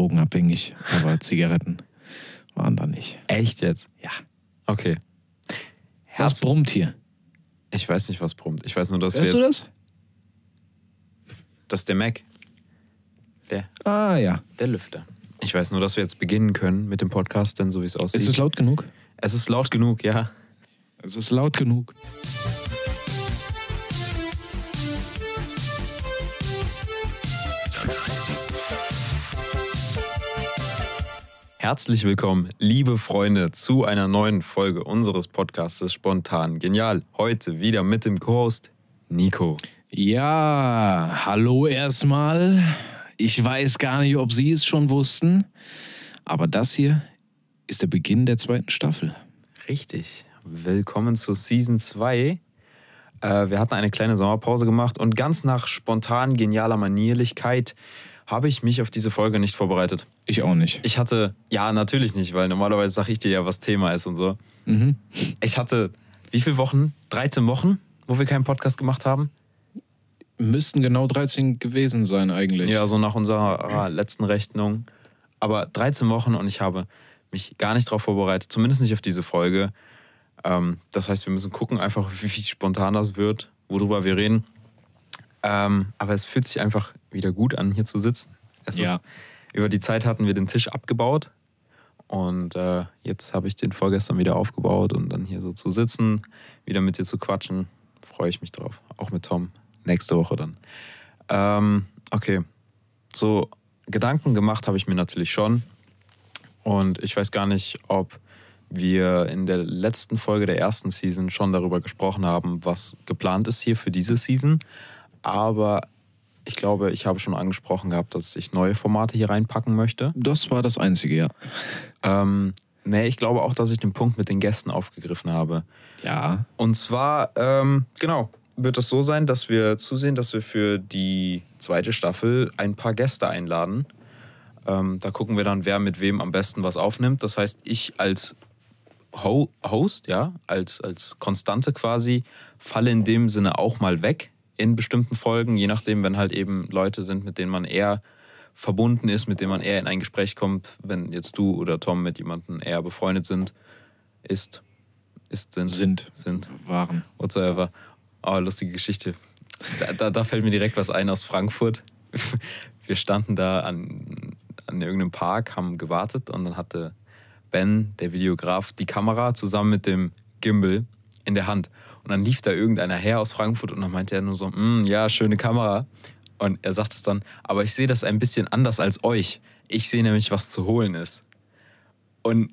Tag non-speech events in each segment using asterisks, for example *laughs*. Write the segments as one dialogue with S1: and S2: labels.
S1: drogenabhängig, *laughs* aber Zigaretten waren da nicht.
S2: Echt jetzt?
S1: Ja.
S2: Okay.
S1: Was
S2: Herz.
S1: brummt hier?
S2: Ich weiß nicht, was brummt. Ich weiß nur, dass wir
S1: Hörst du
S2: jetzt-
S1: das?
S2: Das ist der Mac,
S1: Ah ja.
S2: der Lüfter. Ich weiß nur, dass wir jetzt beginnen können mit dem Podcast, denn so wie es aussieht.
S1: Ist es laut genug?
S2: es ist laut genug, ja.
S1: Es ist laut genug.
S2: Herzlich willkommen, liebe Freunde, zu einer neuen Folge unseres Podcasts Spontan Genial. Heute wieder mit dem Co-Host Nico.
S1: Ja, hallo erstmal. Ich weiß gar nicht, ob Sie es schon wussten, aber das hier ist der Beginn der zweiten Staffel.
S2: Richtig. Willkommen zu Season 2. Äh, wir hatten eine kleine Sommerpause gemacht und ganz nach spontan genialer Manierlichkeit habe ich mich auf diese Folge nicht vorbereitet.
S1: Ich auch nicht.
S2: Ich hatte, ja, natürlich nicht, weil normalerweise sage ich dir ja, was Thema ist und so.
S1: Mhm.
S2: Ich hatte, wie viele Wochen? 13 Wochen, wo wir keinen Podcast gemacht haben?
S1: Müssten genau 13 gewesen sein eigentlich.
S2: Ja, so nach unserer ah, letzten Rechnung. Aber 13 Wochen und ich habe mich gar nicht darauf vorbereitet, zumindest nicht auf diese Folge. Ähm, das heißt, wir müssen gucken, einfach *laughs* wie, wie spontan das wird, worüber wir reden. Ähm, aber es fühlt sich einfach wieder gut an, hier zu sitzen. Es
S1: Ja.
S2: ist, über die Zeit hatten wir den Tisch abgebaut und äh, jetzt habe ich den vorgestern wieder aufgebaut und dann hier so zu sitzen, wieder mit dir zu quatschen, freue ich mich drauf. Auch mit Tom nächste Woche dann. Ähm, okay, so Gedanken gemacht habe ich mir natürlich schon und ich weiß gar nicht, ob wir in der letzten Folge der ersten Season schon darüber gesprochen haben, was geplant ist hier für diese Season. Aber ich glaube, ich habe schon angesprochen gehabt, dass ich neue Formate hier reinpacken möchte.
S1: Das war das Einzige, ja.
S2: Ähm, nee, ich glaube auch, dass ich den Punkt mit den Gästen aufgegriffen habe.
S1: Ja.
S2: Und zwar, ähm, genau, wird es so sein, dass wir zusehen, dass wir für die zweite Staffel ein paar Gäste einladen. Ähm, da gucken wir dann, wer mit wem am besten was aufnimmt. Das heißt, ich als Ho Host, ja, als, als Konstante quasi, falle in dem Sinne auch mal weg in bestimmten Folgen, je nachdem, wenn halt eben Leute sind, mit denen man eher verbunden ist, mit denen man eher in ein Gespräch kommt, wenn jetzt du oder Tom mit jemandem eher befreundet sind, ist, ist, sind,
S1: Sind.
S2: sind
S1: Waren.
S2: whatsoever. Oh, lustige Geschichte. Da, da, da fällt mir direkt was ein aus Frankfurt. *laughs* Wir standen da an, an irgendeinem Park, haben gewartet und dann hatte Ben, der Videograf, die Kamera zusammen mit dem Gimbal in der Hand. Und dann lief da irgendeiner her aus Frankfurt und dann meinte er nur so, "Mm, ja, schöne Kamera. Und er sagt es dann, aber ich sehe das ein bisschen anders als euch. Ich sehe nämlich, was zu holen ist. Und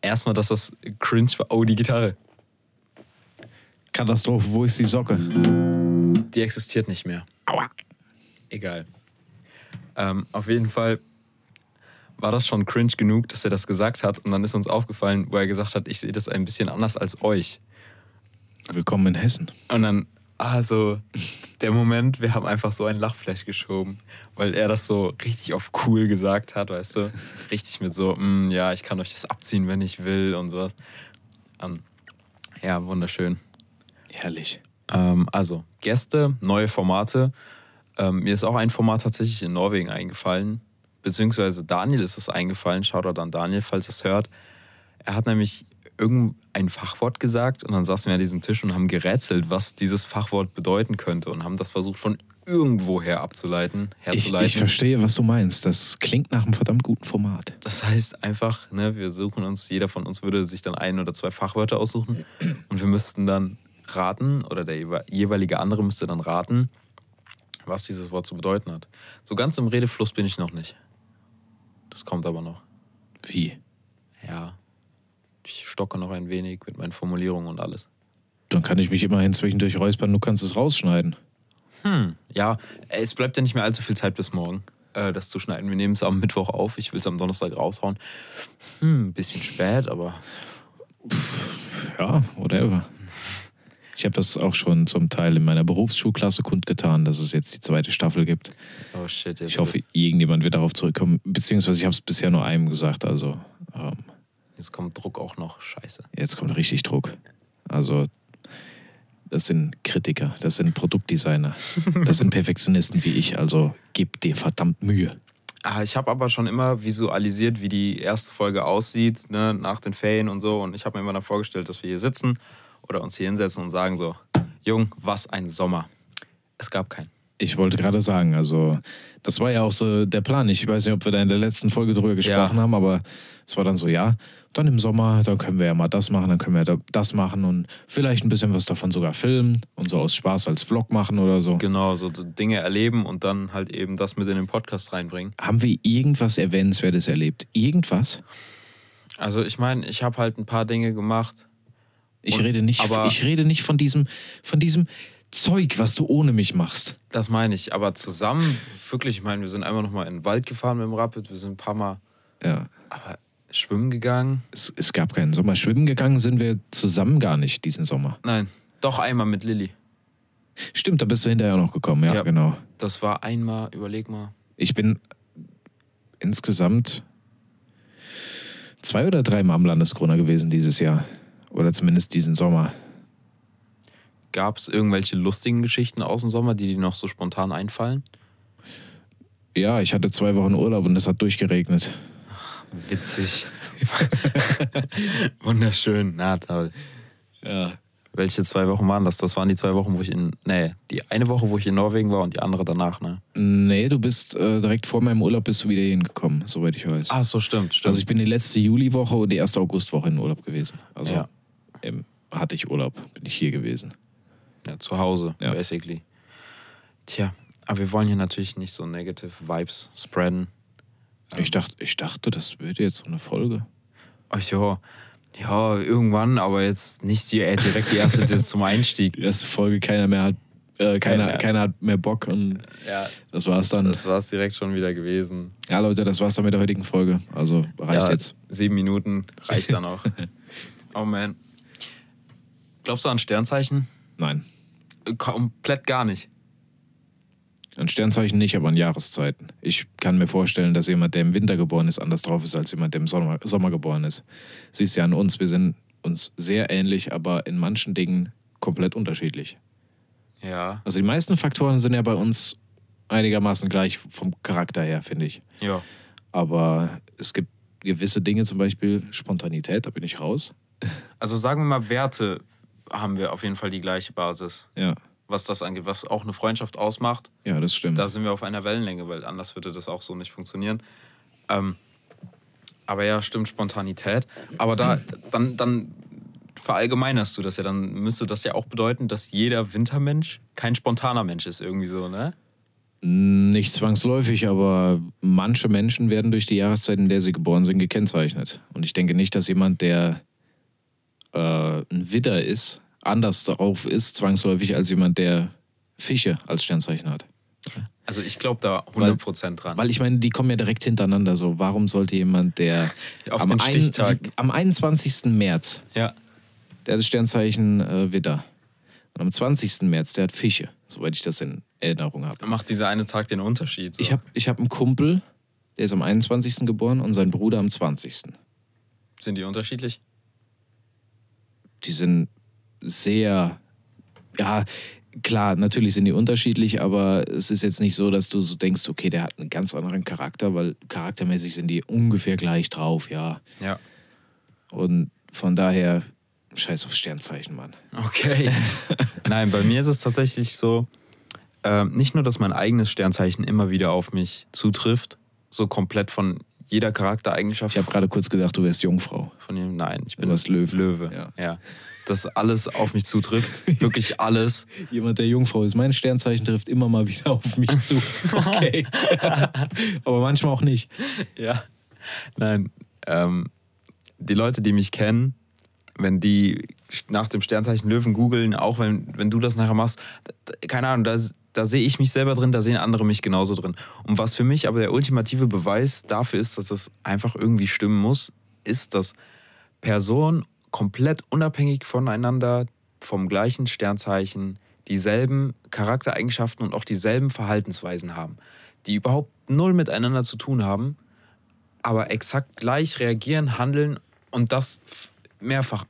S2: erstmal, dass das cringe war. Oh, die Gitarre.
S1: Katastrophe, wo ist die Socke?
S2: Die existiert nicht mehr.
S1: Aua.
S2: Egal. Ähm, auf jeden Fall war das schon cringe genug, dass er das gesagt hat. Und dann ist uns aufgefallen, wo er gesagt hat, ich sehe das ein bisschen anders als euch.
S1: Willkommen in Hessen.
S2: Und dann, also, der Moment, wir haben einfach so ein Lachfleisch geschoben, weil er das so richtig auf cool gesagt hat, weißt du? Richtig mit so, "Mm, ja, ich kann euch das abziehen, wenn ich will und sowas. Ähm, ja, wunderschön.
S1: Herrlich.
S2: Ähm, also Gäste, neue Formate. Ähm, mir ist auch ein Format tatsächlich in Norwegen eingefallen, beziehungsweise Daniel ist es eingefallen. Shoutout an Daniel, falls es hört. Er hat nämlich irgendein Fachwort gesagt und dann saßen wir an diesem Tisch und haben gerätselt, was dieses Fachwort bedeuten könnte und haben das versucht von irgendwoher abzuleiten,
S1: Ich,
S2: herzuleiten.
S1: ich verstehe, was du meinst. Das klingt nach einem verdammt guten Format.
S2: Das heißt einfach, ne, wir suchen uns, jeder von uns würde sich dann ein oder zwei Fachwörter aussuchen und wir müssten dann raten oder der jewe- jeweilige andere müsste dann raten, was dieses Wort zu bedeuten hat. So ganz im Redefluss bin ich noch nicht. Das kommt aber noch.
S1: Wie?
S2: Ja. Ich stocke noch ein wenig mit meinen Formulierungen und alles.
S1: Dann kann ich mich immerhin zwischendurch räuspern, du kannst es rausschneiden.
S2: Hm, ja, es bleibt ja nicht mehr allzu viel Zeit bis morgen, äh, das zu schneiden. Wir nehmen es am Mittwoch auf, ich will es am Donnerstag raushauen. Hm, bisschen spät, aber
S1: Ja, whatever. Ich habe das auch schon zum Teil in meiner Berufsschulklasse kundgetan, dass es jetzt die zweite Staffel gibt.
S2: oh shit. Jetzt
S1: Ich hoffe, irgendjemand wird darauf zurückkommen. Beziehungsweise ich habe es bisher nur einem gesagt. Also ähm,
S2: Jetzt kommt Druck auch noch. Scheiße.
S1: jetzt kommt richtig Druck. Also das sind Kritiker, das sind Produktdesigner, das sind Perfektionisten wie ich. Also gib dir verdammt Mühe.
S2: Ah, ich habe aber schon immer visualisiert, wie die erste Folge aussieht, ne, nach den Ferien und so. Und ich habe mir immer dann vorgestellt, dass wir hier sitzen oder uns hier hinsetzen und sagen so, Jung, was ein Sommer. Es gab keinen.
S1: Ich wollte gerade sagen, also das war ja auch so der Plan. Ich weiß nicht, ob wir da in der letzten Folge drüber gesprochen haben, aber es war dann so, ja, dann im Sommer, dann können wir ja mal das machen, dann können wir da- das machen und vielleicht ein bisschen was davon sogar filmen und so aus Spaß als Vlog machen oder so.
S2: Genau, so so Dinge erleben und dann halt eben das mit in den Podcast reinbringen.
S1: Haben wir irgendwas Erwähnenswertes erlebt? Irgendwas?
S2: Also ich meine, ich habe halt ein paar Dinge gemacht.
S1: Ich
S2: Und-
S1: rede nicht,
S2: aber-
S1: ich rede nicht von diesem, von diesem Zeug, was du ohne mich machst.
S2: Das meine ich. Aber zusammen, wirklich, ich meine, wir sind einmal nochmal in den Wald gefahren mit dem Rapid. Wir sind ein paar Mal
S1: Ja.
S2: schwimmen gegangen.
S1: Es, es gab keinen Sommer. Schwimmen gegangen sind wir zusammen gar nicht diesen Sommer.
S2: Nein, doch einmal mit Lilly.
S1: Stimmt, da bist du hinterher noch gekommen, ja,
S2: Ja.
S1: genau.
S2: Das war einmal, überleg mal.
S1: Ich bin insgesamt zwei oder dreimal am Landeskrone gewesen dieses Jahr. Oder zumindest diesen Sommer.
S2: Gab es irgendwelche lustigen Geschichten aus dem Sommer, die dir noch so spontan einfallen?
S1: Ja, ich hatte zwei Wochen Urlaub und es hat durchgeregnet.
S2: Witzig. *laughs* Wunderschön. Na toll.
S1: Ja.
S2: Welche zwei Wochen waren das? Das waren die zwei Wochen, wo ich in. Nee, die eine Woche, wo ich in Norwegen war und die andere danach, ne?
S1: Nee, du bist äh, direkt vor meinem Urlaub bist du wieder hingekommen, soweit ich weiß.
S2: Ach Ah, so, stimmt, stimmt.
S1: also ich bin die letzte Juliwoche und die erste Augustwoche in Urlaub gewesen. Also
S2: Ja.
S1: ähm, hatte ich Urlaub, bin ich hier gewesen.
S2: ja, zu Hause,
S1: Ja.
S2: basically. Tja, aber wir wollen hier natürlich nicht so negative Vibes spreaden.
S1: Ich dachte, ich dachte, das würde jetzt so eine Folge.
S2: Ach ja, ja, irgendwann, aber jetzt nicht die, äh, direkt die *laughs* erste jetzt zum Einstieg.
S1: Die erste Folge, keiner mehr hat, äh, keiner,
S2: Keiner.
S1: keiner. hat mehr Bock und
S2: Ja,
S1: das war's dann.
S2: das war es direkt schon wieder gewesen.
S1: Ja, Leute, das war's dann mit der heutigen Folge. Also reicht
S2: ja,
S1: jetzt.
S2: Sieben Minuten reicht dann
S1: *laughs*
S2: auch. oh man. Glaubst du an Sternzeichen?
S1: Nein.
S2: Äh, Komplett gar nicht.
S1: An Sternzeichen nicht, aber an Jahreszeiten. Ich kann mir vorstellen, dass jemand, der im Winter geboren ist, anders drauf ist als jemand, der im Sommer, Sommer geboren ist. Siehst ja an uns, wir sind uns sehr ähnlich, aber in manchen Dingen komplett unterschiedlich.
S2: Ja.
S1: Also die meisten Faktoren sind ja bei uns einigermaßen gleich vom Charakter her, finde ich.
S2: Ja.
S1: Aber es gibt gewisse Dinge, zum Beispiel Spontanität, da bin ich raus.
S2: Also sagen wir mal, Werte haben wir auf jeden Fall die gleiche Basis,
S1: Ja,
S2: was das angeht, was auch eine Freundschaft ausmacht.
S1: ja, das stimmt.
S2: Da sind wir auf einer Wellenlänge, weil anders würde das auch so nicht funktionieren. Ähm, aber ja, stimmt, Spontanität. Aber da, dann, dann verallgemeinerst du das ja. Dann müsste das ja auch bedeuten, dass jeder Wintermensch kein spontaner Mensch ist, irgendwie so, ne?
S1: Nicht zwangsläufig, aber manche Menschen werden durch die Jahreszeit, in der sie geboren sind, gekennzeichnet. Und ich denke nicht, dass jemand, der äh, ein Widder ist, anders darauf ist, zwangsläufig, als jemand, der Fische als Sternzeichen hat.
S2: Also ich glaube da 100% dran.
S1: Weil ich meine, die kommen ja direkt hintereinander. So, warum sollte jemand, der
S2: auf
S1: am,
S2: den
S1: ein-
S2: Stichtag.
S1: am 21. März,
S2: Ja.
S1: der hat das Sternzeichen äh, Widder, und am 20. März, der hat Fische, soweit ich das in Erinnerung habe.
S2: Macht dieser eine Tag den Unterschied. So.
S1: Ich habe ich hab einen Kumpel, der ist am 21. geboren und sein Bruder am 20.
S2: Sind die unterschiedlich?
S1: Die sind sehr, ja, klar, natürlich sind die unterschiedlich, aber es ist jetzt nicht so, dass du so denkst, okay, der hat einen ganz anderen Charakter, weil charaktermäßig sind die ungefähr gleich drauf, ja.
S2: Ja.
S1: Und von daher, scheiß auf Sternzeichen, Mann.
S2: Okay. Nein, bei mir ist es tatsächlich so, ähm, nicht nur, dass mein eigenes Sternzeichen immer wieder auf mich zutrifft, so komplett von jeder Charaktereigenschaft.
S1: Ich habe gerade kurz gedacht, du wärst Jungfrau.
S2: von ihm, nein, ich bin
S1: Du warst Löwe.
S2: Löwe.
S1: Ja.
S2: Ja. Dass alles auf mich zutrifft. Wirklich alles.
S1: Jemand, der Jungfrau ist, mein Sternzeichen trifft immer mal wieder auf mich
S2: *laughs*
S1: zu. Okay. *laughs* aber manchmal auch nicht.
S2: *laughs* Ja. Nein. Ähm, die Leute, die mich kennen, wenn die nach dem Sternzeichen Löwen googeln, auch wenn, wenn du das nachher machst, d- d- keine Ahnung, da, da sehe ich mich selber drin, da sehen andere mich genauso drin. Und was für mich aber der ultimative Beweis dafür ist, dass es einfach irgendwie stimmen muss, ist, dass Personen komplett unabhängig voneinander, vom gleichen Sternzeichen, dieselben Charaktereigenschaften und auch dieselben Verhaltensweisen haben, die überhaupt null miteinander zu tun haben, aber exakt gleich reagieren, handeln und das f- mehrfach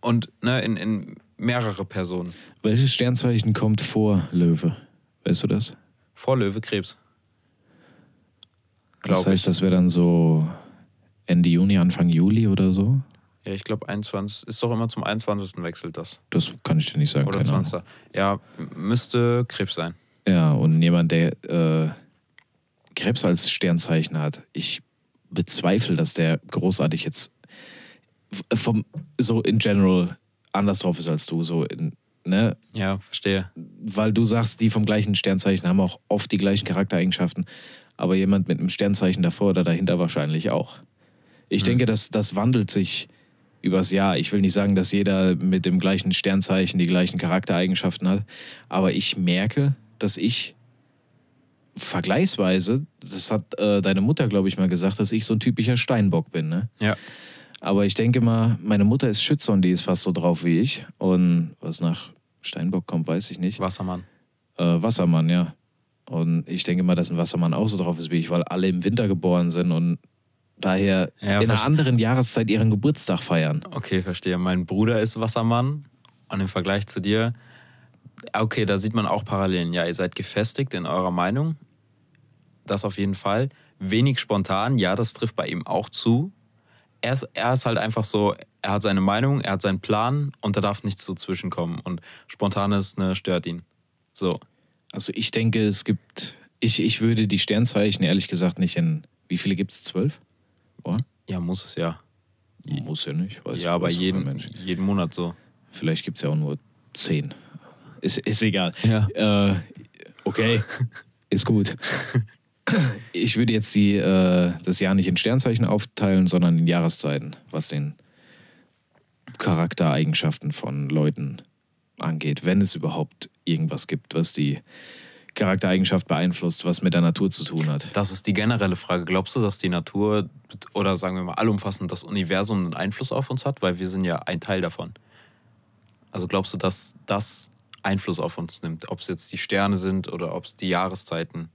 S2: und ne, in, in mehrere Personen.
S1: Welches Sternzeichen kommt vor Löwe? Weißt du das?
S2: Vor Löwe Krebs.
S1: Das
S2: glaube ich.
S1: heißt, das wäre dann so Ende Juni, Anfang Juli oder so?
S2: Ja, ich glaube, 21 ist doch immer zum 21. wechselt das.
S1: Das kann ich dir nicht sagen.
S2: Oder
S1: keine Ahnung.
S2: 20. Ja, m- müsste Krebs sein.
S1: Ja, und jemand, der äh, Krebs als Sternzeichen hat, ich bezweifle, dass der großartig jetzt v- vom, so in general anders drauf ist als du. So in, ne?
S2: Ja, verstehe.
S1: Weil du sagst, die vom gleichen Sternzeichen haben auch oft die gleichen Charaktereigenschaften, aber jemand mit einem Sternzeichen davor oder dahinter wahrscheinlich auch. Ich
S2: Hm.
S1: denke, das, das wandelt sich übers Jahr. Ich will nicht sagen, dass jeder mit dem gleichen Sternzeichen die gleichen Charaktereigenschaften hat, aber ich merke, dass ich vergleichsweise, das hat äh, deine Mutter, glaube ich, mal gesagt, dass ich so ein typischer Steinbock bin. Ne?
S2: Ja.
S1: Aber ich denke mal, meine Mutter ist Schütze und die ist fast so drauf wie ich. Und was nach Steinbock kommt, weiß ich nicht.
S2: Wassermann.
S1: Äh, Wassermann, ja. Und ich denke mal, dass ein Wassermann auch so drauf ist wie ich, weil alle im Winter geboren sind und daher
S2: Ja,
S1: in einer
S2: verste-
S1: anderen Jahreszeit ihren Geburtstag feiern.
S2: Okay, verstehe. Mein Bruder ist Wassermann und im Vergleich zu dir, okay, da sieht man auch Parallelen. Ja, ihr seid gefestigt in eurer Meinung. Das auf jeden Fall. Wenig spontan, ja, das trifft bei ihm auch zu. Er ist, er ist halt einfach so, er hat seine Meinung, er hat seinen Plan und da darf nichts dazwischen kommen. Und spontanes ne, stört ihn. So,
S1: Also ich denke, es gibt, ich, ich würde die Sternzeichen ehrlich gesagt nicht in, wie viele gibt es? Zwölf?
S2: ja, muss es ja.
S1: Muss ja nicht. Weiß,
S2: ja, bei
S1: weiß kein
S2: jedem,
S1: Mensch.
S2: jeden Monat so.
S1: Vielleicht gibt es ja auch nur zehn. Ist, ist egal.
S2: Ja.
S1: Äh, okay, ist gut. Ich würde jetzt die, äh, das Jahr nicht in Sternzeichen aufteilen, sondern in Jahreszeiten, was den Charaktereigenschaften von Leuten angeht, wenn es überhaupt irgendwas gibt, was die Charaktereigenschaft beeinflusst, was mit der Natur zu tun hat.
S2: Das ist die generelle Frage. Glaubst du, dass die Natur oder sagen wir mal allumfassend das Universum einen Einfluss auf uns hat? Weil wir sind ja ein Teil davon. Also glaubst du, dass das Einfluss auf uns nimmt? Ob es jetzt die Sterne sind oder ob es die Jahreszeiten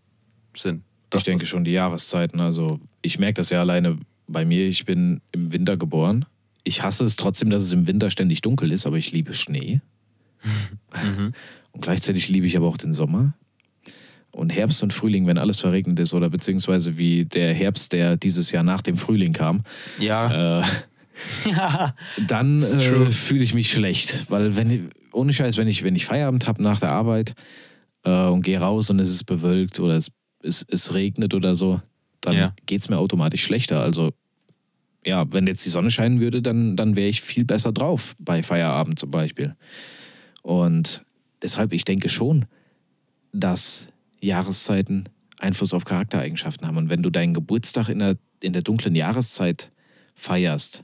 S2: sind?
S1: ich denke schon die Jahreszeiten. Also ich merke das ja alleine bei mir. Ich bin im Winter geboren. Ich hasse es trotzdem, dass es im Winter ständig dunkel ist, aber ich liebe Schnee.
S2: schon. Mhm.
S1: Und gleichzeitig liebe ich aber auch den Sommer. Und Herbst und Frühling, wenn alles verregnet ist, oder beziehungsweise wie der Herbst, der dieses Jahr nach dem Frühling kam,
S2: Ja.
S1: äh,
S2: *laughs*
S1: dann
S2: It's true.
S1: äh, fühle ich mich schlecht. Weil wenn ich- ohne Scheiß, wenn ich, wenn ich Feierabend habe nach der Arbeit äh, und gehe raus und es ist bewölkt oder es, es, es regnet oder so, dann
S2: Ja.
S1: geht es mir automatisch schlechter. Also ja, wenn jetzt die Sonne scheinen würde, dann, dann wäre ich viel besser drauf bei Feierabend zum Beispiel. Und deshalb, ich denke schon, dass Jahreszeiten Einfluss auf Charaktereigenschaften haben. Und wenn du deinen Geburtstag in der, in der dunklen Jahreszeit feierst,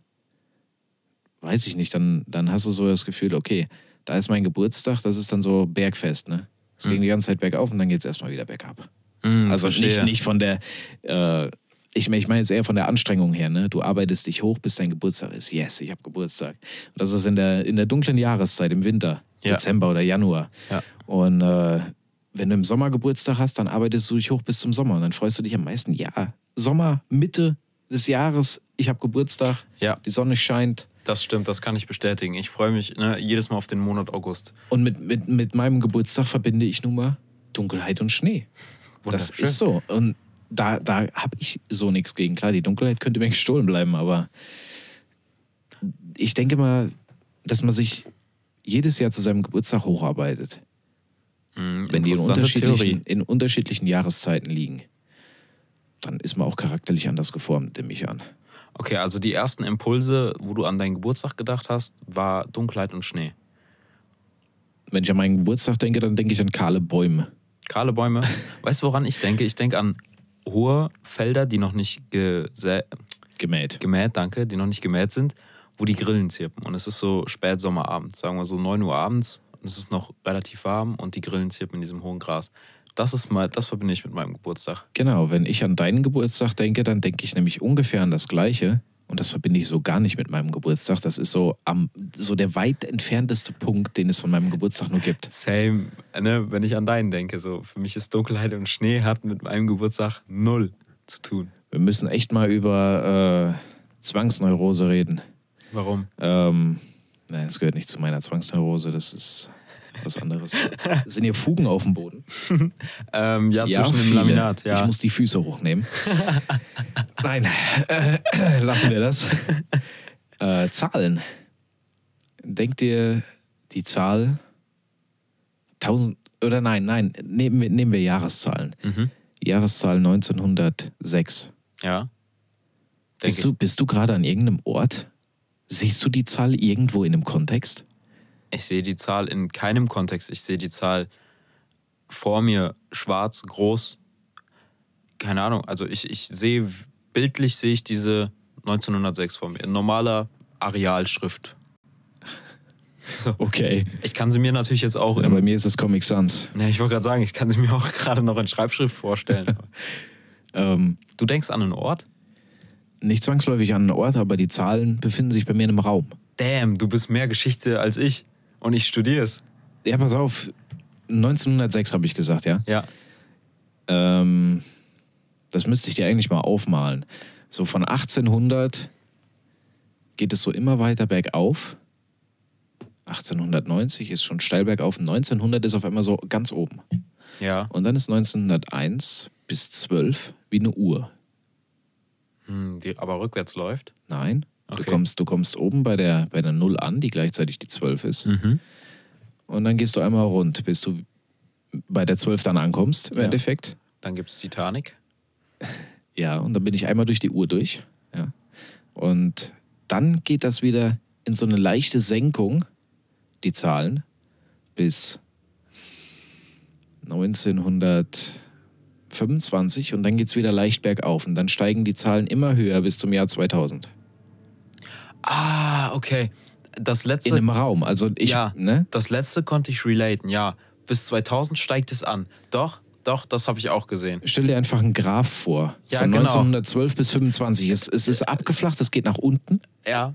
S1: weiß ich nicht, dann, dann hast du so das Gefühl, okay, da ist mein Geburtstag, das ist dann so Bergfest, ne? Es
S2: Mhm.
S1: ging die ganze Zeit bergauf und dann geht es erstmal wieder bergab.
S2: Mhm,
S1: Also nicht,
S2: verstehe.
S1: nicht von der, äh, ich, mein- ich meine jetzt eher von der Anstrengung her, ne? Du arbeitest dich hoch, bis dein Geburtstag ist. Yes, ich habe Geburtstag. Und das ist in der, in der dunklen Jahreszeit, im Winter,
S2: Ja.
S1: Dezember oder Januar.
S2: Ja.
S1: Und äh, wenn du im Sommer Geburtstag hast, dann arbeitest du dich hoch bis zum Sommer und dann freust du dich am meisten. Ja, Sommer, Mitte des Jahres, ich habe Geburtstag,
S2: Ja,
S1: die Sonne scheint.
S2: das stimmt, das kann ich bestätigen. Ich freue mich ne, jedes Mal auf den Monat August.
S1: Und mit, mit, mit meinem Geburtstag verbinde ich nun mal Dunkelheit und Schnee. Das
S2: Wunderschön.
S1: ist so. Und da, da habe ich so nichts gegen. Klar, die Dunkelheit könnte mir *laughs* gestohlen bleiben, aber ich denke mal, dass man sich jedes Jahr zu seinem Geburtstag hocharbeitet,
S2: Mhm,
S1: wenn die in
S2: interessante
S1: unterschiedlichen, in unterschiedlichen Jahreszeiten liegen. Dann ist man auch charakterlich anders geformt, nehme ich an.
S2: Okay, also die ersten Impulse, wo du an deinen Geburtstag gedacht hast, war Dunkelheit und Schnee.
S1: Wenn ich an meinen Geburtstag denke, dann denke ich an kahle Bäume.
S2: Kahle Bäume. Weißt du, woran ich denke? Ich denke an hohe Felder, die noch nicht gesä
S1: Gemäht.
S2: gemäht, danke, die noch nicht gemäht sind, wo die Grillen zirpen. Und es ist so spät Sommerabend, sagen wir so 9 Uhr abends und es ist noch relativ warm und die Grillen zirpen in diesem hohen Gras. Das ist mal, das verbinde ich mit meinem Geburtstag.
S1: Genau, wenn ich an deinen Geburtstag denke, dann denke ich nämlich ungefähr an das Gleiche. Und das verbinde ich so gar nicht mit meinem Geburtstag. Das ist so, am, so der weit entfernteste Punkt, den es von meinem Geburtstag nur gibt.
S2: Same, ne, wenn ich an deinen denke. So, für mich ist Dunkelheit und Schnee hat mit meinem Geburtstag null zu tun.
S1: Wir müssen echt mal über äh, Zwangsneurose reden.
S2: Warum?
S1: Ähm, nein, das gehört nicht zu meiner Zwangsneurose. Das ist was anderes. Sind hier Fugen auf dem Boden?
S2: Ähm, ja, zwischen dem Laminat. Ja.
S1: Ich muss die Füße hochnehmen. *laughs* *clears throat* Nein, äh, lassen wir das. Äh, Zahlen. Denkt ihr die Zahl 1000 oder nein, nein, nehmen wir, nehmen wir Jahreszahlen.
S2: mhm.
S1: Jahreszahl 1906.
S2: ja. Denke
S1: Bist du, bist du gerade an irgendeinem Ort? Siehst du die Zahl irgendwo in einem Kontext?
S2: Ich sehe die Zahl in keinem Kontext. Ich sehe die Zahl vor mir, schwarz, groß. Keine Ahnung. Also ich, ich sehe, bildlich sehe ich diese 1906 vor mir. In normaler Arealschrift. So.
S1: Okay.
S2: Ich kann sie mir natürlich jetzt auch
S1: Ja, bei
S2: in.
S1: mir ist es Comic Sans.
S2: Ja, ich wollte gerade sagen, ich kann sie mir auch *laughs* gerade noch in Schreibschrift vorstellen.
S1: Ähm,
S2: du denkst an einen Ort?
S1: nicht zwangsläufig an einen Ort, aber die Zahlen befinden sich bei mir in einem Raum.
S2: Damn, du bist mehr Geschichte als ich. Und ich studiere es.
S1: Ja, pass auf. 1906 habe ich gesagt, ja.
S2: Ja.
S1: Ähm, das müsste ich dir eigentlich mal aufmalen. So von 1800 geht es so immer weiter bergauf. 1890 ist schon steil bergauf. 1900 ist auf einmal so ganz oben.
S2: Ja.
S1: Und dann ist 1901 bis 12 wie eine Uhr.
S2: Hm, die aber rückwärts läuft.
S1: Nein,
S2: Okay.
S1: du, kommst, du kommst oben bei der, bei der 0 an, die gleichzeitig die 12 ist.
S2: Mhm.
S1: Und dann gehst du einmal rund, bis du bei der 12 dann ankommst, im
S2: Ja.
S1: Endeffekt.
S2: Dann gibt es Titanic.
S1: Ja, und dann bin ich einmal durch die Uhr durch. Ja. Und dann geht das wieder in so eine leichte Senkung, die Zahlen, bis 1925 und dann geht es wieder leicht bergauf. Und dann steigen die Zahlen immer höher bis zum Jahr 2000.
S2: Ah, okay. Das
S1: In
S2: letzte,
S1: einem Raum. Also ich,
S2: Ja.
S1: ne?
S2: das letzte konnte ich relaten, ja. Bis 2000 steigt es an. Doch, doch, das habe ich auch gesehen.
S1: Stell dir einfach einen Graph vor.
S2: Ja,
S1: Von
S2: genau.
S1: 1912 bis 25. Es, es ist abgeflacht, es geht nach unten.
S2: Ja.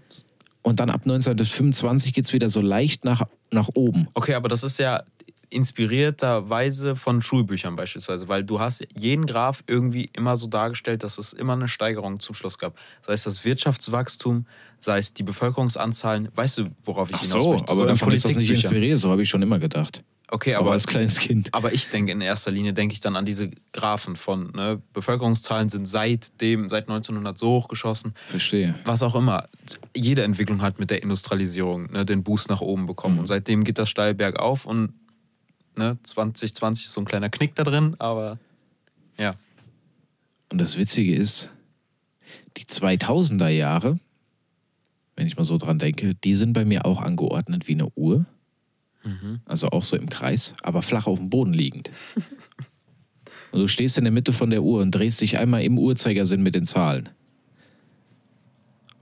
S1: Und dann ab 1925 geht es wieder so leicht nach, nach oben.
S2: Okay, aber das ist ja inspirierterweise von Schulbüchern beispielsweise, weil du hast jeden Graph irgendwie immer so dargestellt, dass es immer eine Steigerung zum Schluss gab. Sei es das Wirtschaftswachstum, sei es die Bevölkerungsanzahlen. Weißt du, worauf ich
S1: Ach
S2: hinaus
S1: so,
S2: möchte?
S1: aber
S2: in
S1: davon ist das nicht
S2: Politikbüchern.
S1: inspiriert, so habe ich schon immer gedacht.
S2: Okay,
S1: Aber
S2: aber
S1: als kleines Kind.
S2: Aber ich denke in erster Linie, denke ich dann an diese Graphen von ne, Bevölkerungszahlen sind seitdem, seit 1900 so hochgeschossen,
S1: Verstehe.
S2: was auch immer. Jede Entwicklung hat mit der Industrialisierung ne, den Boost nach oben bekommen.
S1: Mhm.
S2: Und seitdem geht das steil bergauf und ne, 2020 ist so ein kleiner Knick da drin, aber ja.
S1: Und das Witzige ist, die 2000er Jahre, wenn ich mal so dran denke, die sind bei mir auch angeordnet wie eine Uhr, also auch so im Kreis, aber flach auf dem Boden liegend. Und du stehst in der Mitte von der Uhr und drehst dich einmal im Uhrzeigersinn mit den Zahlen.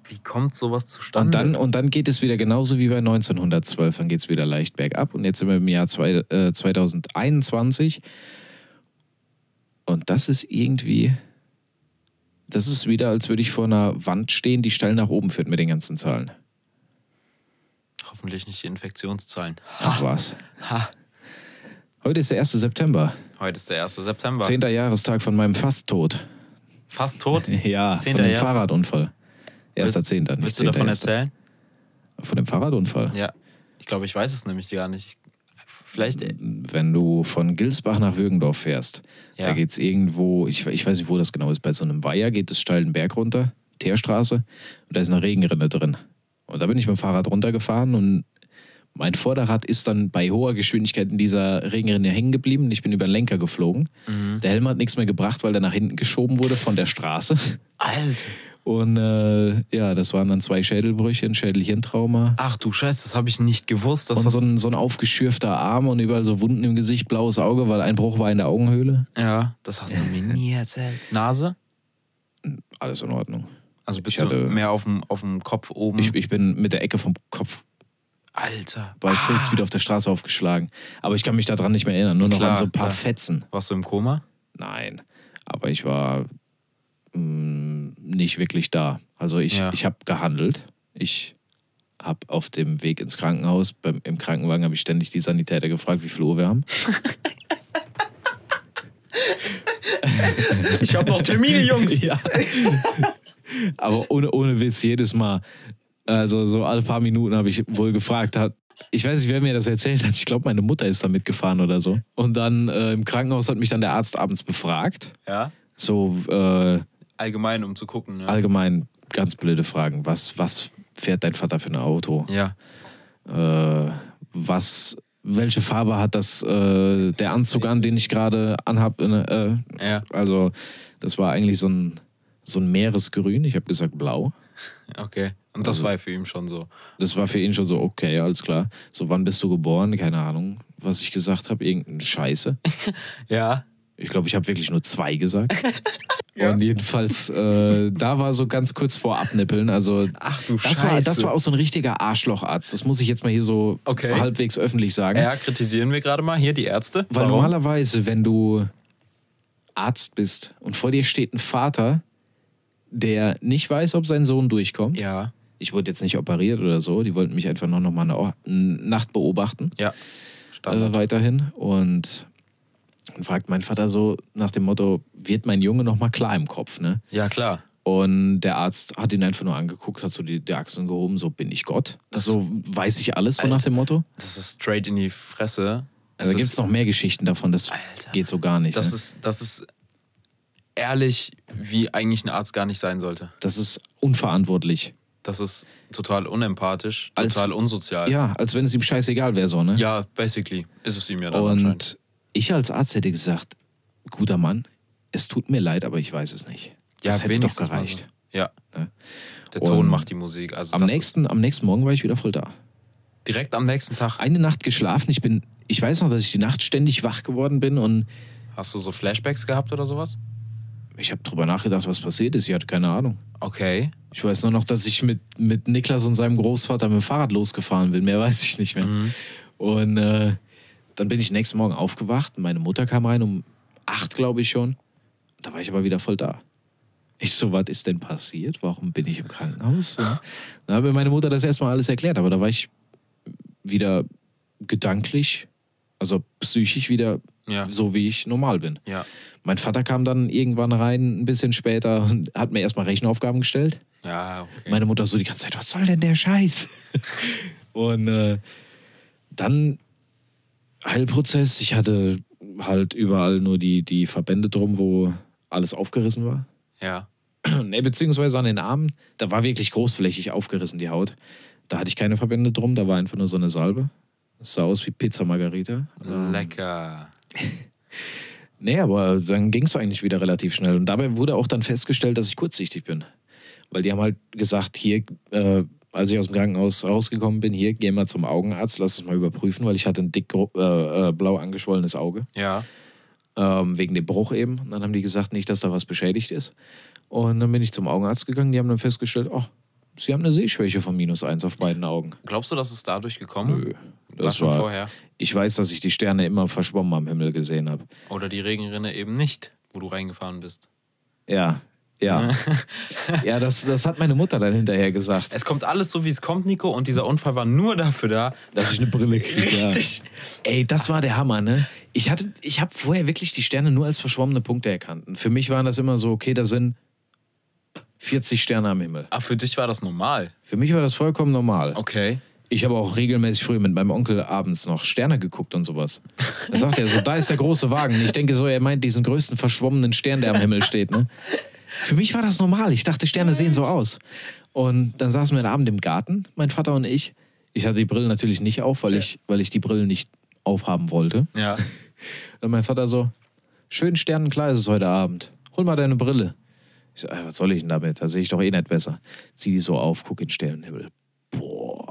S2: Wie kommt sowas zustande?
S1: Und dann, und dann geht es wieder genauso wie bei 1912. Dann geht es wieder leicht bergab. Und jetzt sind wir im Jahr zwei, äh, 2021. Und das ist irgendwie. Das ist wieder, als würde ich vor einer Wand stehen, die steil nach oben führt mit den ganzen Zahlen.
S2: Hoffentlich nicht die Infektionszahlen.
S1: Ach was.
S2: Ha,
S1: Heute ist der 1. September.
S2: heute ist der 1. September.
S1: Zehnter Jahrestag von meinem Fasttod.
S2: Fast tot.
S1: *laughs* Ja,
S2: Zehnter
S1: von dem
S2: Jahr-
S1: Fahrradunfall. Erster Zehnter, nicht
S2: Willst du davon
S1: Zehnter, erster.
S2: erzählen?
S1: Von dem Fahrradunfall.
S2: Ja. Ich glaube, ich weiß es nämlich gar nicht. Vielleicht.
S1: Mhm. Wenn du von Gilsbach nach Würgendorf fährst, Da
S2: Ja.
S1: geht es irgendwo, ich, ich weiß nicht, wo das genau ist, bei so einem Weiher geht es steil den Berg runter, Teerstraße, und da ist eine Regenrinne drin. Und da bin ich mit dem Fahrrad runtergefahren und mein Vorderrad ist dann bei hoher Geschwindigkeit in dieser Regenrinne hängen geblieben und ich bin über den Lenker geflogen.
S2: Mhm.
S1: Der Helm hat nichts mehr gebracht, weil der nach hinten geschoben wurde von der Straße. *laughs*
S2: Alter.
S1: Und äh, ja, das waren dann zwei Schädelbrüche, ein Schädelhirntrauma.
S2: Ach du Scheiße, das habe ich nicht gewusst, dass
S1: Und
S2: Ah, das.
S1: so ein, so ein aufgeschürfter Arm und überall so Wunden im Gesicht, blaues Auge, weil ein Bruch war in der Augenhöhle.
S2: ja, das hast du mir nie erzählt. Nase?
S1: Alles in Ordnung.
S2: Also bist
S1: Ich hatte-
S2: du mehr auf dem, auf dem Kopf oben.
S1: Ich, ich bin mit der Ecke vom Kopf
S2: Alter. Ah.
S1: bei Full Speed auf der Straße aufgeschlagen. Aber ich kann mich daran nicht mehr erinnern. Nur noch
S2: Klar,
S1: an so ein paar
S2: klar.
S1: Fetzen.
S2: Warst du im Koma?
S1: Nein. Aber ich war mh, nicht wirklich da. Also ich,
S2: Ja.
S1: ich habe gehandelt. Ich habe auf dem Weg ins Krankenhaus, beim, im Krankenwagen habe ich ständig die Sanitäter gefragt, wie viel Uhr wir haben.
S2: *laughs* Ich habe noch Termine,
S1: *laughs*
S2: *laughs*
S1: ja. Aber ohne, ohne Witz, jedes Mal. Also so alle paar Minuten habe ich wohl gefragt, hat, ich weiß nicht, wer mir das erzählt hat. Ich glaube, meine Mutter ist da mitgefahren oder so. Und dann äh, im Krankenhaus hat mich dann der Arzt abends befragt.
S2: Ja.
S1: So äh,
S2: Allgemein, um zu gucken. Ja.
S1: allgemein ganz blöde Fragen. Was, was fährt dein Vater für ein Auto?
S2: ja.
S1: Äh, was, welche Farbe hat das, äh, der Anzug an, den ich gerade anhab? Äh,
S2: Ja.
S1: also, das war eigentlich so ein, so ein Meeresgrün. Ich habe gesagt blau.
S2: Okay. Und das
S1: Also-
S2: war für ihn schon so.
S1: Das war für ihn schon so, okay, alles klar. So, wann bist du geboren? Keine Ahnung, was ich gesagt habe. Irgendeine Scheiße.
S2: Ja.
S1: Ich glaube, ich habe wirklich nur zwei gesagt.
S2: *laughs* Ja.
S1: Und jedenfalls, äh, da war so ganz kurz vor Abnippeln. Also,
S2: Ach du
S1: das
S2: Scheiße.
S1: war, das war auch so ein richtiger Arschlocharzt. Das muss ich jetzt mal hier so
S2: Okay.
S1: halbwegs öffentlich sagen.
S2: ja, kritisieren wir gerade mal hier die Ärzte.
S1: Weil
S2: Warum?
S1: normalerweise, wenn du Arzt bist und vor dir steht ein Vater, der nicht weiß, ob sein Sohn durchkommt.
S2: Ja.
S1: Ich wurde jetzt nicht operiert oder so. Die wollten mich einfach noch, noch mal eine Or- Nacht beobachten. äh,
S2: Standard.
S1: weiterhin. Und dann fragt mein Vater so nach dem Motto, wird mein Junge nochmal klar im Kopf, ne?
S2: ja, klar.
S1: Und der Arzt hat ihn einfach nur angeguckt, hat so die, die Achseln gehoben, so bin ich Gott.
S2: Das-
S1: so weiß ich alles, so
S2: Alter.
S1: nach dem Motto.
S2: Das ist straight in die Fresse.
S1: Also
S2: Es
S1: gibt es
S2: ist-
S1: noch mehr Geschichten davon, das
S2: Alter.
S1: geht so gar nicht.
S2: Das
S1: ne?
S2: ist, das ist ehrlich, wie eigentlich ein Arzt gar nicht sein sollte.
S1: das ist unverantwortlich.
S2: Das ist total unempathisch,
S1: Als-
S2: total unsozial.
S1: Ja, als wenn es ihm scheißegal wäre, so, ne?
S2: Ja, basically. Ist es ihm ja dann anscheinend.
S1: Und ich als Arzt hätte gesagt, guter Mann, es tut mir leid, aber ich weiß es nicht.
S2: Ja,
S1: das hätte doch
S2: wenigstens mal
S1: gereicht.
S2: so. Ja.
S1: Ne?
S2: Der Ton
S1: Und
S2: macht die Musik. Also
S1: Am
S2: das-
S1: nächsten, am nächsten Morgen war ich wieder voll da.
S2: direkt am nächsten Tag
S1: eine Nacht geschlafen. Ich bin, ich weiß noch, dass ich die Nacht ständig wach geworden bin und
S2: hast du so Flashbacks gehabt oder sowas?
S1: ich habe drüber nachgedacht, was passiert ist. Ich hatte keine Ahnung.
S2: Okay.
S1: Ich weiß nur noch, dass ich mit, mit Niklas und seinem Großvater mit dem Fahrrad losgefahren bin. Mehr weiß ich nicht mehr.
S2: Mhm.
S1: Und äh, dann bin ich nächsten Morgen aufgewacht. und Meine Mutter kam rein um acht, glaube ich schon. Da war ich aber wieder voll da. Ich so, was ist denn passiert? Warum bin ich im Krankenhaus? Und dann hat mir meine Mutter das erstmal alles erklärt, aber da war ich wieder gedanklich, also psychisch wieder
S2: Ja.
S1: so wie ich normal bin.
S2: Ja.
S1: Mein Vater kam dann irgendwann rein, ein bisschen später, und hat mir erstmal Rechenaufgaben gestellt.
S2: Ja, okay.
S1: Meine Mutter so die ganze Zeit, was soll denn der Scheiß? *laughs* und äh, dann Heilprozess. Ich hatte halt überall nur die, die Verbände drum, wo alles aufgerissen war. *clears throat*
S2: ja.
S1: nee, beziehungsweise an den Armen. Da war wirklich großflächig aufgerissen, die Haut. Da hatte ich keine Verbände drum, da war einfach nur so eine Salbe. Das sah aus wie Pizza Margarita. Ähm,
S2: Lecker.
S1: Nee, aber dann ging es eigentlich wieder relativ schnell. Und dabei wurde auch dann festgestellt, dass ich kurzsichtig bin. Weil die haben halt gesagt, hier, äh, als ich aus dem Krankenhaus rausgekommen bin, hier, geh mal zum Augenarzt, lass es mal überprüfen, weil ich hatte ein dick gro- äh, äh, blau angeschwollenes Auge,
S2: Ja.
S1: ähm, wegen dem Bruch eben. Und dann haben die gesagt, nicht, dass da was beschädigt ist. Und dann bin ich zum Augenarzt gegangen, die haben dann festgestellt, oh, sie haben eine Sehschwäche von minus eins auf beiden Augen.
S2: Glaubst du, dass es dadurch gekommen
S1: das
S2: war schon
S1: war-
S2: vorher?
S1: Ich weiß, dass ich die Sterne immer verschwommen am Himmel gesehen habe.
S2: Oder die Regenrinne eben nicht, wo du reingefahren bist.
S1: Ja, ja.
S2: *laughs*
S1: Ja, das, das hat meine Mutter dann hinterher gesagt,
S2: Es kommt alles so, wie es kommt, Nico, und dieser Unfall war nur dafür da.
S1: dass ich eine Brille kriege.
S2: *laughs* Richtig.
S1: Ja. Ey, das war der Hammer, ne? Ich, hatte, ich habe vorher wirklich die Sterne nur als verschwommene Punkte erkannt. Und für mich waren das immer so, okay, da sind 40 Sterne am Himmel.
S2: Ah, für dich war das normal.
S1: Für mich war das vollkommen normal.
S2: Okay.
S1: Ich habe auch regelmäßig früh mit meinem Onkel abends noch Sterne geguckt und sowas. Da sagt er so, da ist der große Wagen. Ich denke so, er meint diesen größten verschwommenen Stern, der am Himmel steht. Ne? Für mich war das normal. Ich dachte, Sterne sehen so aus. Und dann saßen wir am Abend im Garten, mein Vater und ich. Ich hatte die Brille natürlich nicht auf, weil, ich, weil ich die Brille nicht aufhaben wollte.
S2: Ja.
S1: Und mein Vater so, schön sternenklar ist es heute Abend. Hol mal deine Brille. Ich so, "Ey, was soll ich denn damit? Da sehe ich doch eh nicht besser. Zieh die so auf, guck in den Sternenhimmel. Boah.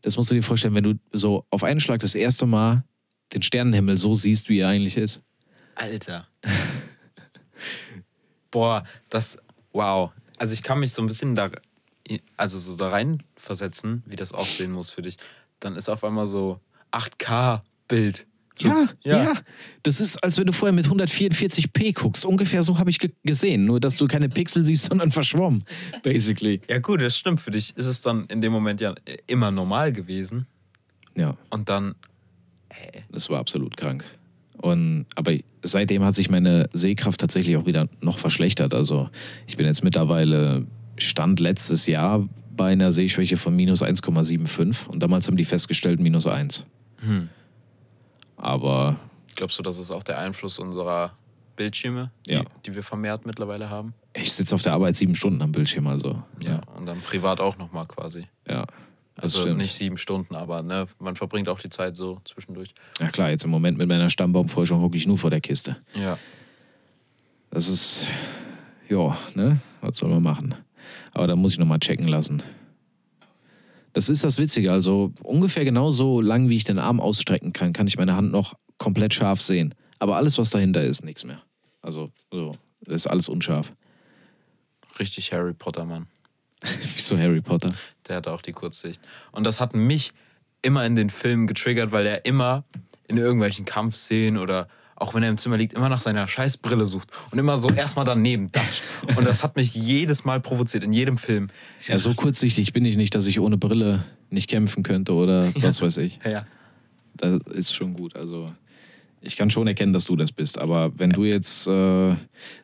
S1: Das musst du dir vorstellen, wenn du so auf einen Schlag das erste Mal den Sternenhimmel so siehst, wie er eigentlich ist.
S2: Alter. Boah, das. Wow. Also ich kann mich so ein bisschen da, also so da reinversetzen, wie das aussehen muss für dich. Dann ist auf einmal so 8K-Bild. So, ja.
S1: Das ist, als wenn du vorher mit 144p guckst. Ungefähr so habe ich ge gesehen. Nur, dass du keine Pixel siehst, sondern verschwommen. Basically.
S2: Ja, gut, das stimmt. Für dich ist es dann in dem Moment ja immer normal gewesen.
S1: Ja.
S2: Und dann.
S1: Das war absolut krank. Und, aber seitdem hat sich meine Sehkraft tatsächlich auch wieder noch verschlechtert. Also ich bin jetzt mittlerweile Stand letztes Jahr bei einer Sehschwäche von minus 1,75 und damals haben die festgestellt minus 1.
S2: Hm.
S1: Aber
S2: Glaubst du, das ist auch der Einfluss unserer Bildschirme,
S1: Ja.
S2: die, die wir vermehrt mittlerweile haben?
S1: ich sitze auf der Arbeit sieben Stunden am Bildschirm, also.
S2: Und dann privat auch nochmal quasi.
S1: Ja, das
S2: Also
S1: stimmt.
S2: nicht sieben Stunden, aber ne, man verbringt auch die Zeit so zwischendurch.
S1: Na klar, jetzt im Moment mit meiner Stammbaumforschung hocke ich nur vor der Kiste.
S2: Ja.
S1: Das ist, ja, ne? Was soll man machen? Aber da muss ich nochmal checken lassen. Das ist das Witzige. Also ungefähr genauso lang, wie ich den Arm ausstrecken kann, kann ich meine Hand noch komplett scharf sehen. Aber alles, was dahinter ist, nichts mehr. Also, so, das ist alles unscharf. *laughs*
S2: Richtig Harry Potter, Mann.
S1: Wie so Harry Potter.
S2: Der hatte auch die Kurzsicht. Und das hat mich immer in den Filmen getriggert, weil er immer in irgendwelchen Kampfszenen oder auch wenn er im Zimmer liegt, immer nach seiner Scheißbrille sucht und immer so erstmal daneben
S1: *laughs*
S2: datscht. Und das hat mich jedes Mal provoziert, in jedem Film. Ich
S1: Ja, so kurzsichtig bin ich nicht, dass ich ohne Brille nicht kämpfen könnte oder was weiß ich.
S2: Ja.
S1: das ist schon gut. Also ich kann schon erkennen, dass du das bist. Aber wenn du jetzt, äh,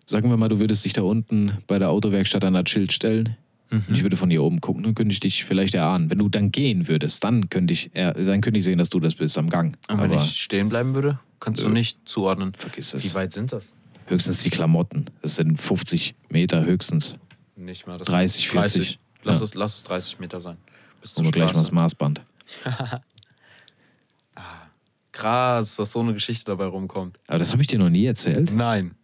S1: sagen wir mal, du würdest dich da unten bei der Autowerkstatt an das Schild stellen
S2: Mhm.
S1: und
S2: Hm?
S1: ich würde von hier oben gucken, dann könnte ich dich vielleicht erahnen. Wenn du dann gehen würdest, dann könnte ich, äh, dann könnte ich sehen, dass du das bist am Gang.
S2: Und
S1: Aber Äh,
S2: wenn ich stehen bleiben würde, kannst du
S1: Nö.
S2: nicht zuordnen.
S1: vergiss
S2: Wie
S1: es.
S2: weit sind das?
S1: Höchstens die Klamotten. Das sind 50 Meter höchstens.
S2: Nicht mal das.
S1: 30, 40.
S2: Lass,
S1: Ja.
S2: es, lass es 30 Meter sein. Bis
S1: Und gleich mal das Maßband.
S2: Ah, Krass, dass so eine Geschichte dabei rumkommt.
S1: Aber das habe ich dir noch nie erzählt.
S2: Nein.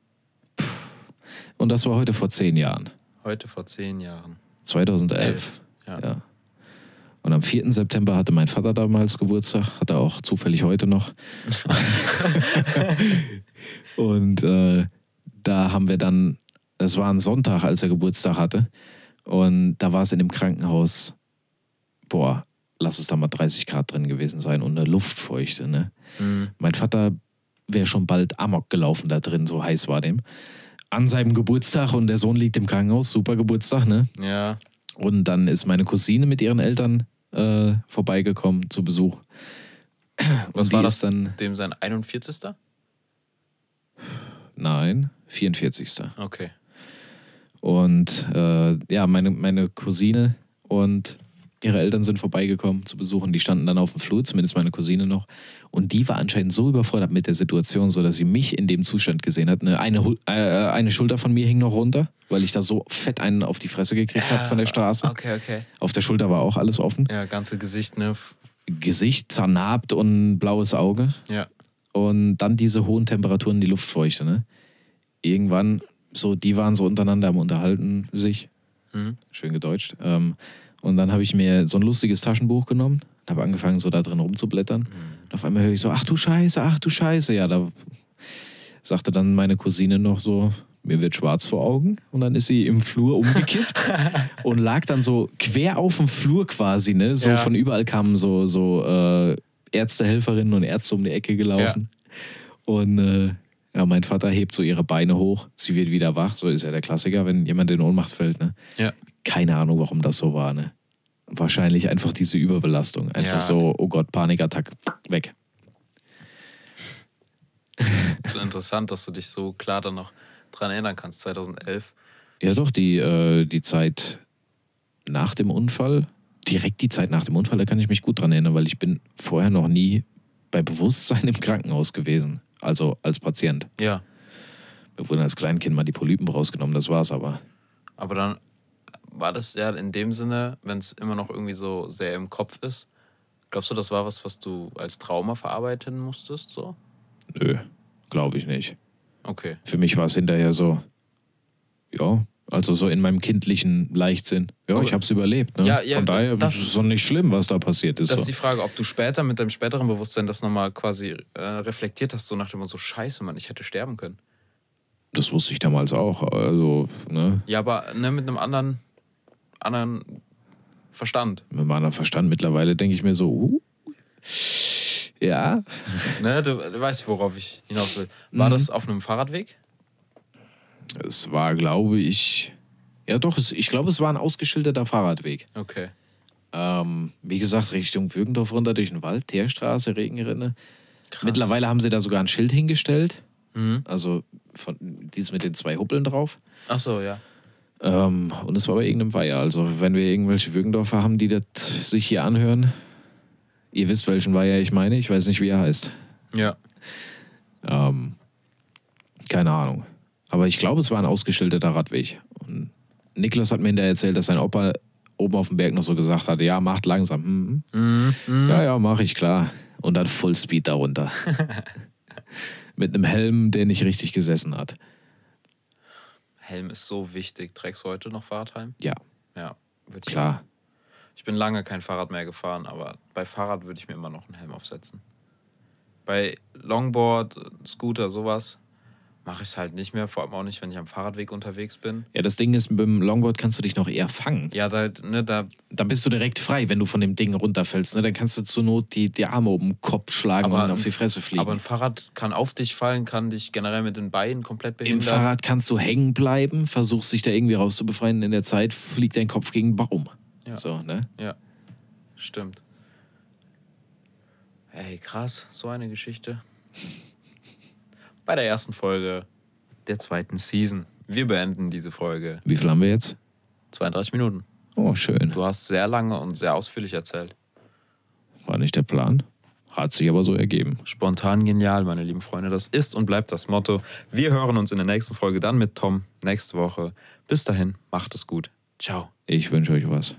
S1: Und das war heute vor zehn Jahren.
S2: Heute vor zehn Jahren.
S1: 2011.
S2: Ja. *laughs*
S1: Ja. Und am 4. September hatte mein Vater damals Geburtstag, hat er auch zufällig heute noch. und äh, da haben wir dann, es war ein Sonntag, als er Geburtstag hatte. Und da war es in dem Krankenhaus, boah, lass es da mal 30 Grad drin gewesen sein und eine Luftfeuchte. Ne?
S2: Mhm.
S1: Mein Vater wäre schon bald amok gelaufen da drin, so heiß war dem. An seinem Geburtstag und der Sohn liegt im Krankenhaus, super Geburtstag, ne?
S2: Ja.
S1: Und dann ist meine Cousine mit ihren Eltern äh, vorbeigekommen zu Besuch. Und
S2: Was
S1: die
S2: war
S1: ist dann?
S2: Dem sein 41.
S1: Nein, 44.
S2: Okay.
S1: Und äh, ja, meine, meine Cousine und ihre Eltern sind vorbeigekommen zu besuchen. Die standen dann auf dem Flur, zumindest meine Cousine noch. Und die war anscheinend so überfordert mit der Situation, so dass sie mich in dem Zustand gesehen hat. Eine, eine, Hu- äh, äh, eine Schulter von mir hing noch runter, weil ich da so fett einen auf die Fresse gekriegt habe von der Straße.
S2: Äh, Okay, okay.
S1: Auf der Schulter war auch alles offen.
S2: Ja, ganze Gesicht, ne? F-
S1: Gesicht zernarbt und blaues Auge.
S2: Ja.
S1: Und dann diese hohen Temperaturen, die Luftfeuchte, ne? Irgendwann, so, die waren so untereinander am Unterhalten sich,
S2: Mhm.
S1: schön gedeutscht. Ähm, und dann habe ich mir so ein lustiges Taschenbuch genommen, habe angefangen, so da drin rumzublättern. Und auf einmal höre ich so, ach du Scheiße, ach du Scheiße. Ja, da sagte dann meine Cousine noch so, mir wird schwarz vor Augen. Und dann ist sie im Flur umgekippt
S2: *laughs*
S1: und lag dann so quer auf dem Flur quasi, ne? So
S2: Ja.
S1: von überall kamen so, so äh, Ärztehelferinnen und Ärzte um die Ecke gelaufen. Und äh, ja, mein Vater hebt so ihre Beine hoch, sie wird wieder wach. So ist ja der Klassiker, wenn jemand in Ohnmacht fällt, ne?
S2: Ja.
S1: Keine Ahnung, warum das so war, ne? Wahrscheinlich einfach diese Überbelastung. Einfach
S2: Ja.
S1: so, oh Gott, Panikattack, weg.
S2: Ist interessant, dass du dich so klar dann noch dran erinnern kannst. 2011.
S1: Ja, doch, die, äh, die Zeit nach dem Unfall, direkt die Zeit nach dem Unfall, da kann ich mich gut dran erinnern, weil ich bin vorher noch nie bei Bewusstsein im Krankenhaus gewesen. Also als Patient.
S2: Ja.
S1: Mir wurden als Kleinkind mal die Polypen rausgenommen, das war's aber.
S2: Aber dann war das ja in dem Sinne, wenn es immer noch irgendwie so sehr im Kopf ist. Glaubst du, das war was, was du als Trauma verarbeiten musstest? So?
S1: Nö, glaube ich nicht.
S2: Okay.
S1: Für mich war es hinterher so, ja, also so in meinem kindlichen Leichtsinn. Ja,
S2: Oh.
S1: ich hab's überlebt. Ne?
S2: Ja, ja,
S1: Von daher
S2: das
S1: ist es
S2: ist-
S1: doch nicht schlimm, was da passiert ist.
S2: Das ist
S1: so.
S2: die Frage, ob du später mit deinem späteren Bewusstsein das nochmal quasi äh, reflektiert hast, so nach dem Motto, so scheiße, Mann, ich hätte sterben können.
S1: Das wusste ich damals auch. Also, ne,
S2: Ja, aber ne, mit einem anderen, anderen Verstand.
S1: mit meinem Verstand mittlerweile denke ich mir so, uh, ja,
S2: Ne, du, du weißt, worauf ich hinaus will. War
S1: Mhm.
S2: das auf einem Fahrradweg?
S1: es war, glaube ich, ja doch, es, ich glaube, es war ein ausgeschilderter Fahrradweg.
S2: Okay.
S1: Ähm, wie gesagt, Richtung Würgendorf runter durch den Wald, Teerstraße, Regenrinne. Mittlerweile haben sie da sogar ein Schild hingestellt,
S2: Mhm.
S1: also von, dies mit den zwei Huppeln drauf.
S2: Ach so, ja.
S1: Ähm, und es war bei irgendeinem Weiher. Also, wenn wir irgendwelche Würgendorfer haben, die das sich hier anhören, ihr wisst, welchen Weiher ich meine. Ich weiß nicht, wie er heißt.
S2: Ja.
S1: Ähm, keine Ahnung. Aber ich glaube, es war ein ausgeschilderter Radweg. Und Niklas hat mir hinterher erzählt, dass sein Opa oben auf dem Berg noch so gesagt hat: Ja, macht langsam. Mhm.
S2: Mhm, mhm.
S1: Ja, ja, mach ich, klar. Und dann Fullspeed
S2: *laughs*
S1: darunter. Mit einem Helm, der nicht richtig gesessen hat.
S2: Helm ist so wichtig. Trägst du heute noch Fahrradhelm?
S1: Ja,
S2: Ja, würde ich.
S1: klar.
S2: Ich bin lange kein Fahrrad mehr gefahren, aber bei Fahrrad würde ich mir immer noch einen Helm aufsetzen. Bei Longboard, Scooter, sowas mache ich es halt nicht mehr, vor allem auch nicht, wenn ich am Fahrradweg unterwegs bin.
S1: Ja, das Ding ist, beim Longboard kannst du dich noch eher fangen.
S2: Ja, da, ne, da
S1: Dann bist du direkt frei, wenn du von dem Ding runterfällst. Ne? Dann kannst du zur Not die, die Arme um den Kopf schlagen
S2: Aber
S1: und auf
S2: ein-
S1: die Fresse fliegen.
S2: Aber ein Fahrrad kann auf dich fallen, kann dich generell mit den Beinen komplett
S1: Im
S2: behindern.
S1: Fahrrad kannst du hängen bleiben, versuchst dich da irgendwie rauszubefreien. In der Zeit fliegt dein Kopf gegen einen Baum.
S2: Ja.
S1: So, ne?
S2: Stimmt. Ey, krass, so eine Geschichte. Bei der ersten Folge der zweiten Season. Wir beenden diese Folge.
S1: Wie viel haben wir jetzt?
S2: 32 Minuten.
S1: Oh, schön.
S2: Du hast sehr lange und sehr ausführlich erzählt.
S1: War nicht der Plan. Hat sich aber so ergeben.
S2: Spontan genial, meine lieben Freunde. Das ist und bleibt das Motto. Wir hören uns in der nächsten Folge dann mit Tom nächste Woche. Bis dahin, macht es gut. Ciao.
S1: Ich wünsche euch was.